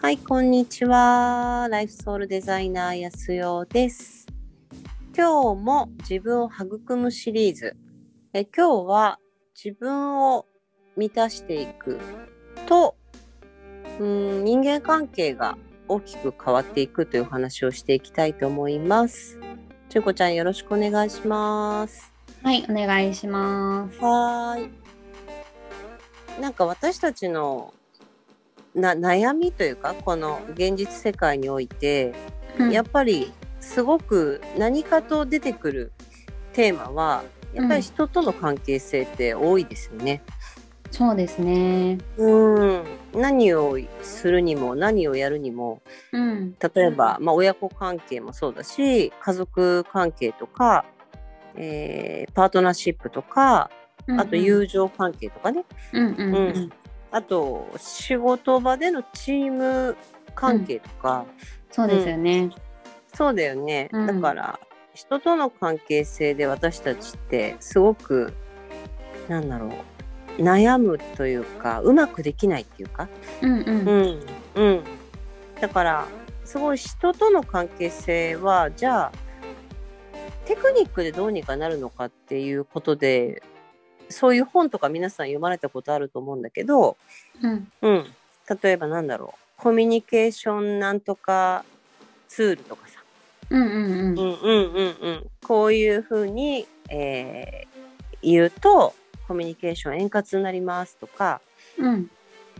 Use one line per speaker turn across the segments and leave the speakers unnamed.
はい、こんにちは。ライフソウルデザイナー安代です。今日も自分を育むシリーズ。え今日は自分を満たしていくと、うん、人間関係が大きく変わっていくというお話をしていきたいと思います。ちゅうこちゃんよろしくお願いします。
はい、お願いします。
はーい。なんか私たちのな悩みというかこの現実世界において、
うん
やっぱりすごく何かと出てくるテーマはやっぱり人との関係性って多いですよね。
そうですね。
うん、何をするにも何をやるにも
うん、
例えば、まあ、親子関係もそうだし家族関係とか、えーパートナーシップとかあと
う
友情関係とかね、
んうん、うんうんうん
あと仕事場でのチーム関係とか、
そうですよね。
そうだよね、
うん
だから人との関係性で私たちってすごくなんだろう悩むというかうまくできないっていうか、
うんうん、
んうん、だからすごい人との関係性はじゃあテクニックでどうにかなるのかっていうことでそういう本とか皆さん読まれたことあると思うんだけど、
うん、
うん、例えばなんだろうコミュニケーションなんとかツールとかさ、
うんうんうん
んうんうんうん、こういうふうに、えー言うとコミュニケーション円滑になりますとか
うん、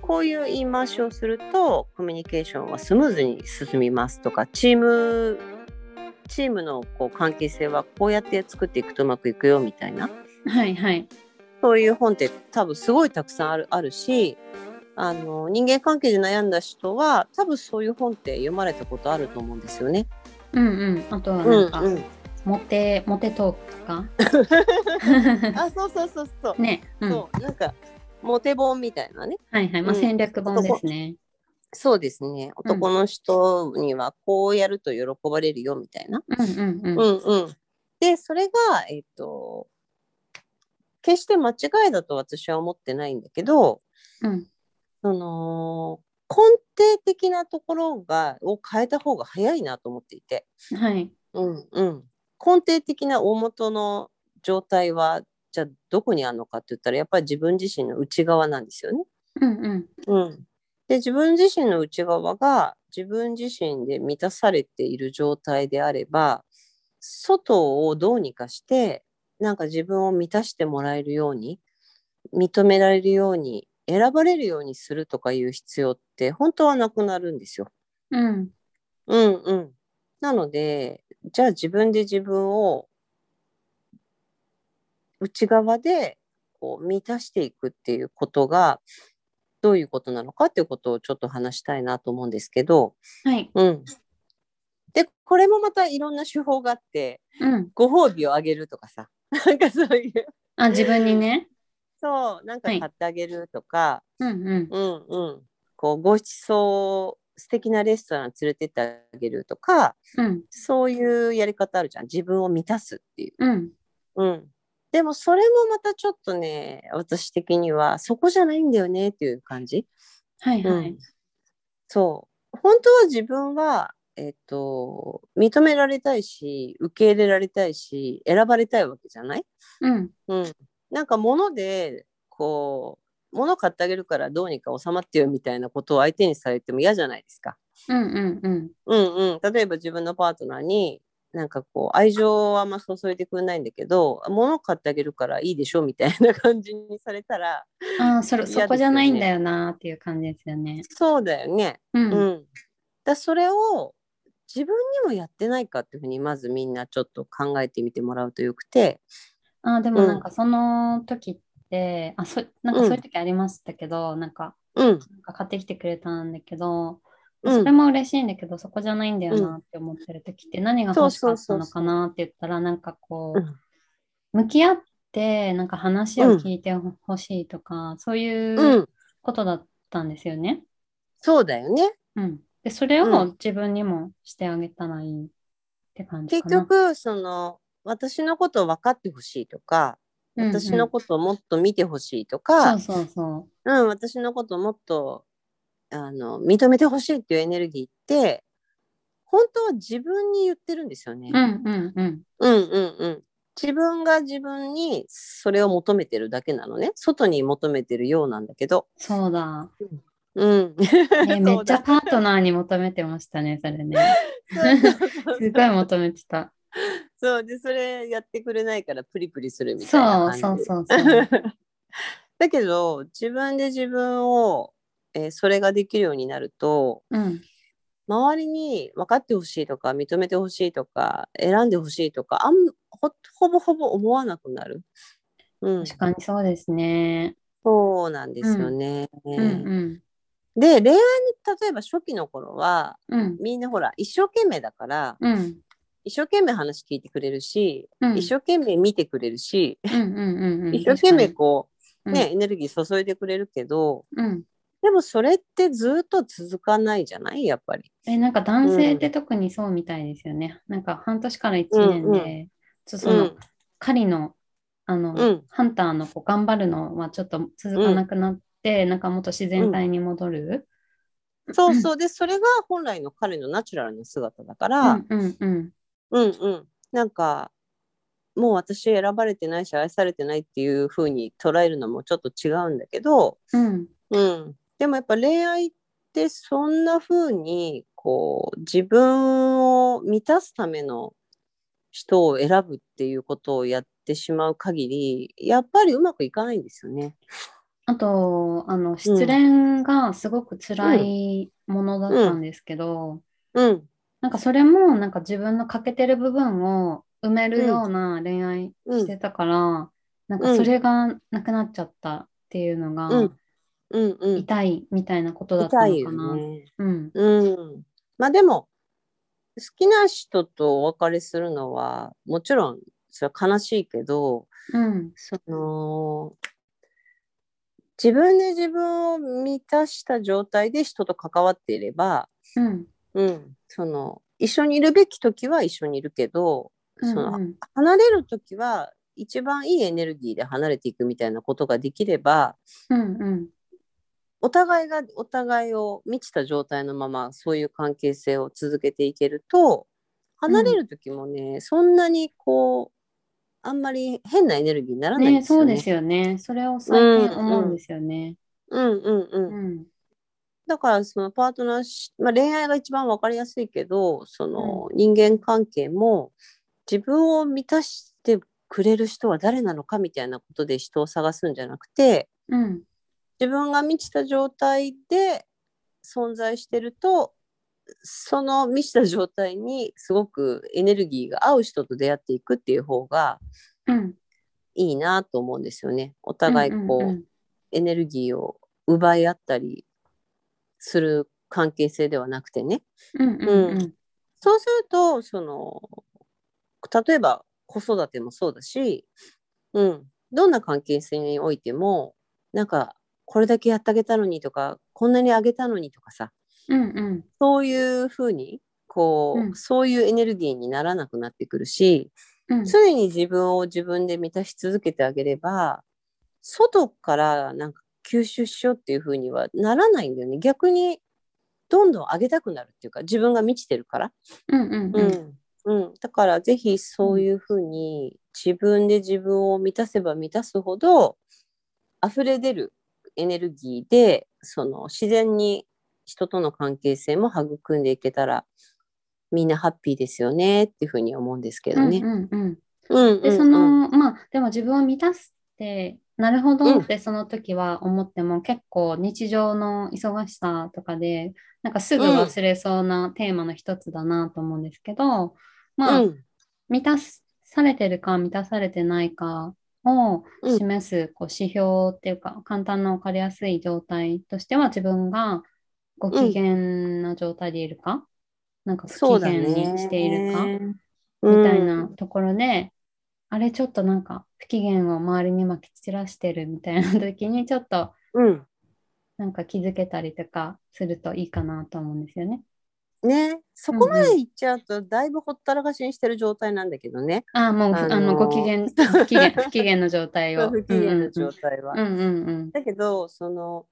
こういう言い回しをするとコミュニケーションはスムーズに進みますとかチームチームのこう関係性はこうやって作っていくとうまくいくよみたいな
はいはい。
そういう本って多分すごいたくさんあるあるしあの人間関係で悩んだ人は多分そういう本って読まれたことあると思うんですよね。
うんうん、あとはなんか、モテモテトークとか。
あそうそうそうそう。
ね、うん、は
そうなんかモテ本みたいなね
いはい、まあ
うん
戦略本ですね。
そうですね男の人にはこうやると喜ばれるよみたいな。
うんうん
う
うん、
んうん、でそれがえっと決して間違いだと私は思ってないんだけど、
うん、
その根底的なところがを変えた方が早いなと思っていて、
はい、
うんうん、根底的な大元の状態はじゃあどこにあるのかって言ったらやっぱり自分自身の内側なんですよね。
うんうん、
うん、で自分自身の内側が自分自身で満たされている状態であれば外をどうにかしてなんか自分を満たしてもらえるように認められるように選ばれるようにするとかいう必要って本当はなくなるんですよ。
うん、
うんうん、なのでじゃあ自分で自分を内側でこう満たしていくっていうことがどういうことなのかっていうことをちょっと話したいなと思うんですけど、
はい、
うん、でこれもまたいろんな手法があって
うん、
ご褒美をあげるとかさ なんかそういう
あ自分にね、
そうなんか買
はい
ってあげるとか、
うんうん、
うんうん、こうごちそう素敵なレストラン連れてってあげるとか、
うん
そういうやり方あるじゃん。自分を満たすっていう。
うん、
うん。でもそれもまたちょっとね、私的にはそこじゃないんだよねっていう感じ。
はいは
うん
い、
そう。本当は自分は、えっと、認められたいし、受け入れられたいし、選ばれたいわけじゃない
うん、
うん。なんか物で、こう、物買ってあげるからどうにか収まってよみたいなことを相手にされても嫌じゃないですか。
うんうんうん、
うんうん、例えば自分のパートナーになんかこう愛情はあんま注いでくれないんだけど物を買ってあげるからいいでしょみたいな感じにされたら
あーそ
嫌
れ
ですよ
そ
ね
こじゃないんだよなーっていう感じですよね。
そうだよね、
う、
うんん、だそれを自分にもやってないかっていうふうにまずみんなちょっと考えてみてもらうとよくて
あーで
う
も
ん
なんかその時って、あそなんか
うん
そういう時ありましたけど、なんか
うん
なんか買ってきてくれたんだけど、
うん
それも嬉しいんだけどそこじゃないんだよなって思ってる時って何が欲しかったのかなって言ったらなんかこう、
うん
向き合ってなんか話を聞いてほしいとか、そういううんことだったんですよね。
そうだよね
うん、でそれ
う
を
ん
自分にもしてあげたらいいって感じ
結
かな。
局その私のことを分かってほしいとか
うんうん
私のことをもっと見てほしいとか、
そうそうそう。
うん、私のこともっとあの認めてほしいっていうエネルギーって本当は自分に言ってるんですよね。
うんうんうん。
うんうんうん。自分が自分にそれを求めてるだけなのね。外に求めてるようなんだけど。
そう だ。
うん。
えめっちゃパートナーに求めてましたね、そ れね。
そうだそうそう
すごい求めてた。
そうでそれやってくれないからプリプリするみたいな
そ
感
う
じ
そうそう そう。
だけど自分で自分を、えーそれができるようになると
うん。
周りに分かってほしいとか認めてほしいとか選んでほしいとかあんほほぼほぼ思わなくなる、うん、
確かにそうですね。
そうなんですよね。
うんうん。
で恋愛に例えば初期の頃は
うん
みんなほら一生懸命だから
うん。
一生懸命話聞いてくれるし、
うん
一生懸命見てくれるし、
うんうんうん。
一生懸命こう、
確かに
ね、エネルギー注いでくれるけど、
うんうん。
でもそれってずっと続かないじゃないやっぱり。
え、なんか男性って特にそうみたいですよね。なんか半年から1年
うんう
で、ちょっとその、狩りの、あの、
うん
ハンターのこう頑張るのはちょっと続かなくなって、なんかもっと自然体に戻る。
うん、そうそうでそれが本来の彼のナチュラルな姿だか
う
ら、
んうんうん。
うん、うんなんかもう私選ばれてないし愛されてないっていう風に捉えるのもちょっと違うんだけど、
うん
うん、でもやっぱ恋愛ってそんな風にこう自分を満たすための人を選ぶっていうことをやってしまう限りやっぱりうまくいかないんですよね。
あと、あの、失恋がすごく辛いものだったんですけど、
うん、
なんかそれもなんか自分の欠けてる部分を埋めるような恋愛
うん
してたから、なんかそれがなくなっちゃったっていうのが、
うんうん、うん
痛いみたいなことだった
痛い
のか
よ
な。
ね。
うん、
うん。まあでも、好きな人とお別れするのは、もちろん、それは悲しいけど、
うん、
その、自分で自分を満たした状態で人と関わっていれば、
うん、
うん、その、一緒にいるべき時は一緒にいるけど、
う
そ
ん、
の、
うん、
離れる時は一番いいエネルギーで離れていくみたいなことができれば、
うん、うん、
お互いがお互いを満ちた状態のままそういう関係性を続けていけると離れる時もね、そんなにこうあんまり変なエネルギーにならないん
ね、
です
そ
よ
う
ね。
ですよね。それを最近思
うん
う
うん
んですよね。
うんうんう。
うんん、
だからそのパートナーし、まあ、恋愛が一番わかりやすいけどその人間関係も自分を満たしてくれる人は誰なのかみたいなことで人を探すんじゃなくて、
うん、
自分が満ちた状態で存在してるとその満ちた状態にすごくエネルギーが合う人と出会っていくっていう方が
うん、
いいなと思うんですよね。お互いこう、
うんうん
エネルギーを奪い合ったりする関係性ではなくてね。
うん、うん、うん、うん、
そうするとその例えば子育てもそうだし、うん、どんな関係性においてもなんかこれだけやってあげたのにとかこんなにあげたのにとかさ
うん、うん、
そういうふうにこう、
うん
そういうエネルギーにならなくなってくるし
うん、
常に自分を自分で満たし続けてあげれば外からなんか吸収しようっていうふうにはならないんだよね逆にどんどん上げたくなるっていうか自分が満ちてるから。
うん、うん、
うん、だからぜひそういうふうに自分で自分を満たせば満たすほど溢れ出るエネルギーでその自然に人との関係性も育んでいけたらみんなハッピーですよねっていうふうに思うんですけどね。
うん、うん。
うんうんうん
で、その、まあ、でも自分を満たすって、なるほ
うん
どってその時は思っても、結構日常の忙しさとかで、なんかすぐ忘れそうなテーマの一つだなと思うんですけど、ま
う
あ、
ん
満たされてるか満たされてないかを
うん
示すこう指標っていうか、簡単な分かりやすい状態としては、自分がご機嫌な状態でいるか、なんか不機
そうだ
嫌
ね
にしているか。
うん
みたいなところで、あれちょっとなんか不機嫌を周りにまき散らしてるみたいな時にちょっと
うん
なんか気づけたりとかするといいかなと思うんですよね。
ね、そこまでいっちゃうとだいぶほったらかしにしてる状態なんだけどね、
ああもうふ
あ
あ
のー
のご機嫌 不機嫌不機嫌の状態を。
不機嫌な状態は。
うんうんうん
だけどその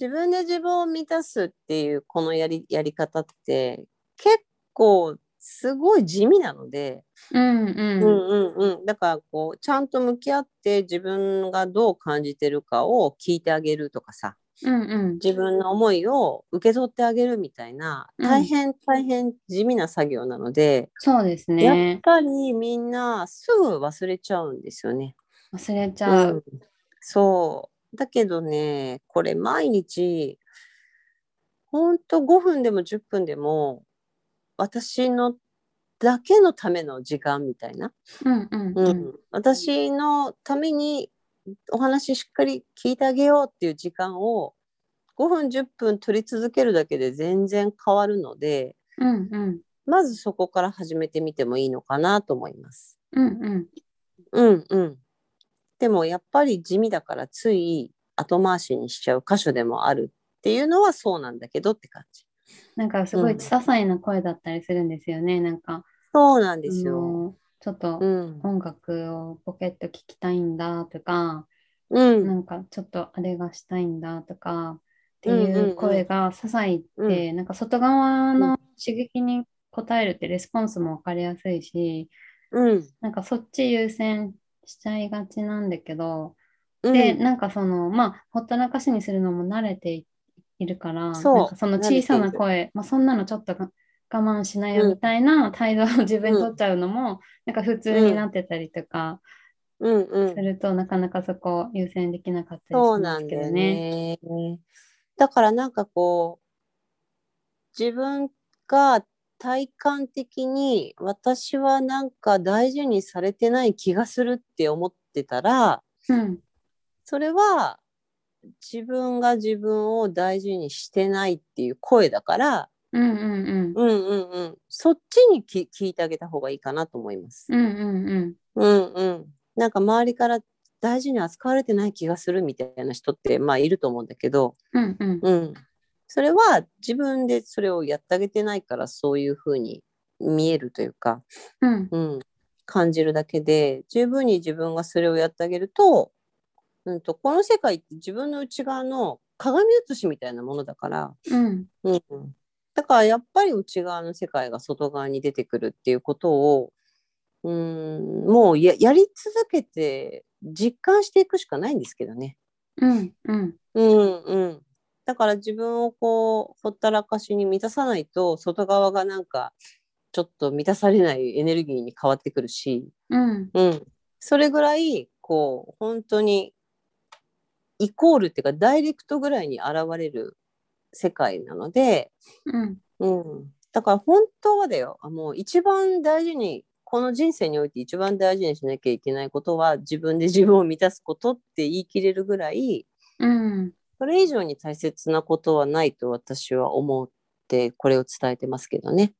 自分で自分を満たすっていうこのやりやり方って結構すごい地味なので、
うん
うん
うん。
うんうん、だからこうちゃんと向き合って自分がどう感じてるかを聞いてあげるとかさ
うんうん。
自分の思いを受け取ってあげるみたいな
うん
大変大変地味な作業なので、
そうです
やっ
ね。
ぱりみんなすぐ忘れちゃうんですよね。
忘れちゃ
う
う。
ん、そうだけどねこれ毎日ほんと5分でも10分でも私のだけのための時間みたいな、
うんうん
うん
うん。
私のためにお話しっかり聞いてあげようっていう時間を5分10分取り続けるだけで全然変わるので
うんうん。
まずそこから始めてみてもいいのかなと思います。
うんうん。
うんうん。でもやっぱり地味だからつい後回しにしちゃう箇所でもあるっていうのはそうなんだけどって感じ。
なんかすごい
うん
些細な声だったりするんですよね。なんか、
そうなんです
あ
よ。
のちょっと
うん。
音楽をポケット聞きたいんだとか、
うん。
なんかちょっとあれがしたいんだとかって
うんうんうん
いう声が些細って、なんか外側の刺激に応えるってレスポンスも分かりやすいし、
うん。
なんかそっち優先しちゃいがちなんだけど、
うん
で、なんかその、まあ、ほったらかしにするのも慣れていいるから、
そう
なんかその小さな声、まあ、そんなのちょっとが我慢しないよみたいな態度を自分に取っちゃうのも、なんか普通になってたりとか
うんうん。
すると、なかなかそこ優先できなかったり
そう
し
な
ます
ん
け
だ
ど
よ
ね。
ね。だからなんかこう自分が体感的に私はなんか大事にされてない気がするって思ってたら、
うん、
それは自分が自分を大事にしてないっていう声だから、
うんうんうん。
うんうんうん、そっちにき聞いてあげた方がいいかなと思います
う。んうんうん。
うんうん、なんか周りから大事に扱われてない気がするみたいな人ってまあいると思うんだけど、
うんうん。
うん、それは自分でそれをやってあげてないからそういうふうに見えるというか、
うん
うん、感じるだけで十分に自分がそれをやってあげると,、うん、とこの世界って自分の内側の鏡写しみたいなものだから、
うん。
うん、だからやっぱり内側の世界が外側に出てくるっていうことを、うん、もうややり続けて実感していくしかないんですけどね。
うんうん。
うんうん、だから自分をこうほったらかしに満たさないと外側がなんかちょっと満たされないエネルギーに変わってくるし。
うん。
うん、それぐらいこう本当にイコールっていうかダイレクトぐらいに現れる世界なので、
うん。
うん、だから本当はだよあもう一番大事にこの人生において一番大事にしなきゃいけないことは自分で自分を満たすことって言い切れるぐらい
うん。
それ以上に大切なことはないと私は思ってこれを伝えてますけどね。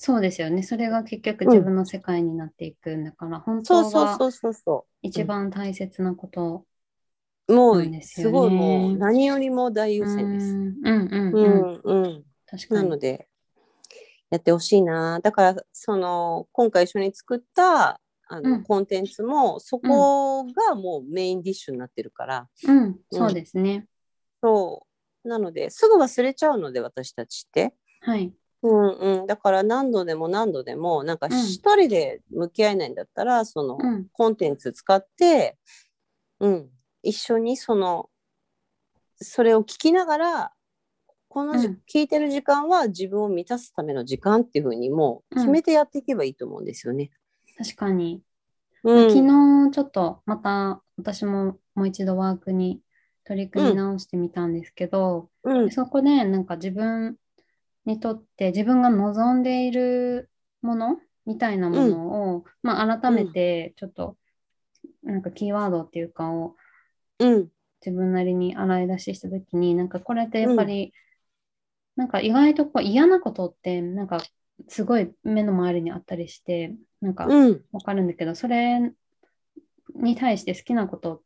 そうですよね。それが結局
うん
自分の世界になっていくんだから、本当
そうそう
は
そうそうそう。
一番大切なこと。
も
そう
う
ですよ
す
ね
ごいもう何よりも大優
う
先です。
ん
う
うんうん。
んうん
確か
な
に
の。で、やってほしいな。だから、その、今回一緒に作った、あの、
うん
コンテンツも、そこがもうメインディッシュになってるから、
うん。そうですね。
そう。なので、すぐ忘れちゃうので、私たちって。
はい。
うんうん。だから、何度でも何度でも、なんか、
うん
一人で向き合えないんだったら、その、
うん。
コンテンツ使って、うん、一緒にそのそれを聞きながらこのじ、
うん
聞いてる時間は自分を満たすための時間っていう風にもう
うん
決めてやっていけばいいと思うんですよね。
確かに。
うん、
昨日ちょっとまた私ももう一度ワークに取り組み直してみたんですけど、
うん
でそこでなんか自分にとって自分が望んでいるものみたいなものを、まあ、改めてちょっとなんかキーワードっていうかを
うん
自分なりに洗い出しした時になんかこれってやっぱり、なんか意外とこう嫌なことってなんかすごい目の周りにあったりしてなんか
うん
わかるんだけどそれに対して好きなこと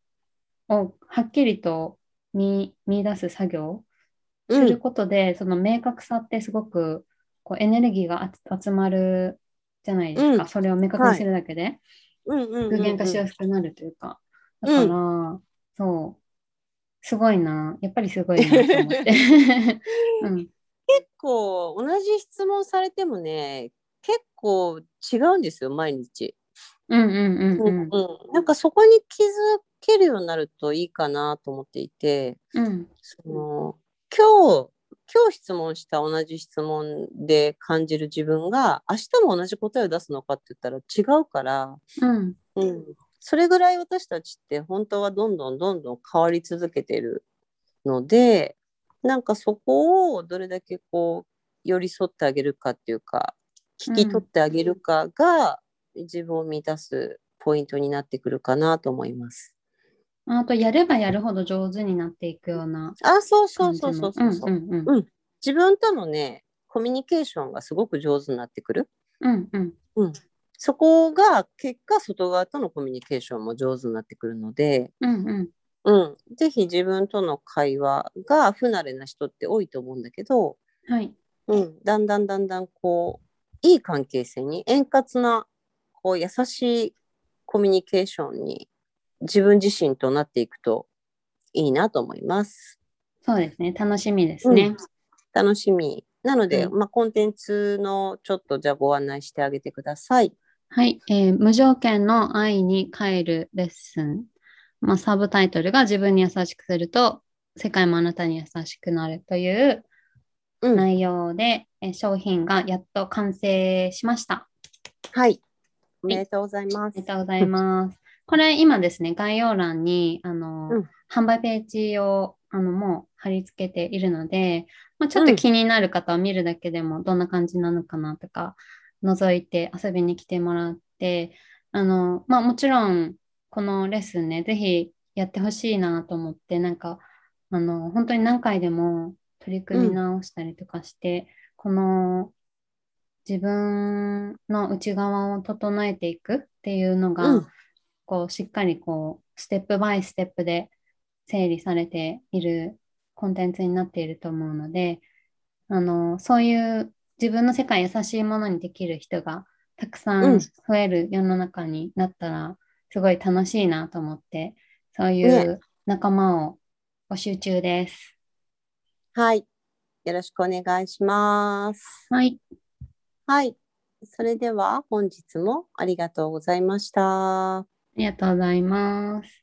をはっきりと見見出す作業
う
する
ん
ことで、その明確さってすごくこうエネルギーがあつ集まるじゃないですか、
うん
それを明確にするだけで
うんうん
具現化しやすくなるというか、だから、そうすごいな。やっぱりすごいなと思って。 うん、
結構同じ質問されてもね結構違うんですよ毎日、
うんうんうんうん。
うんなんかそこに気づけるようになるといいかなと思っていて
うん
その今日今日質問した同じ質問で感じる自分が明日も同じ答えを出すのかって言ったら違うから、
うん
うん、それぐらい私たちって本当はどんどんどんどん変わり続けてるのでなんかそこをどれだけこう寄り添ってあげるかっていうか聞き取ってあげるかが自分を満たすポイントになってくるかなと思います。
あと、やればやるほど上手になっていくような
あそうそう
感じ
そうそ
の。
うそうそう、
んうん
自分とのねコミュニケーションがすごく上手になってくる
うんうん
そこが結果外側とのコミュニケーションも上手になってくるので、
うんうん
うん、ぜひ自分との会話が不慣れな人って多いと思うんだけど、
はい。
うん、だんだんだんだんこういい関係性に円滑なこう優しいコミュニケーションに自分自身となっていくといいなと思います。
そうですね。楽しみですね。
楽しみ。なので、
う
まあ、コンテンツのちょっとじゃあご案内してあげてください。
はい、えー無条件の愛に帰るレッスン。まあ、サブタイトルが自分に優しくすると世界もあなたに優しくなるという
うん
内容で、えー商品がやっと完成しました。
はい。おめでとうございま
あり
す。
がとうございます。これ今ですね、概要欄に、あの、
うん
販売ページを、あの、もう貼り付けているので、まあ、ちょっと気になる方は見るだけでもどんな感じなのかなとか、覗いて遊びに来てもらって、あの、まあもちろん、このレッスンね、ぜひやってほしいなと思って、なんか、あの、本当に何回でも取り組み直したりとかして、この自分の内側を整えていくっていうのが、
うん
こうしっかりこうステップバイステップで整理されているコンテンツになっていると思うのであのそういう自分の世界優しいものにできる人がたくさ
うん
ん増える世の中になったらすごい楽しいなと思ってそうい
ね
う仲間を募集中です。
はい。よろしくお願いします。
はい、
はい。それでは本日もありがとうございました。
ありがとうございます。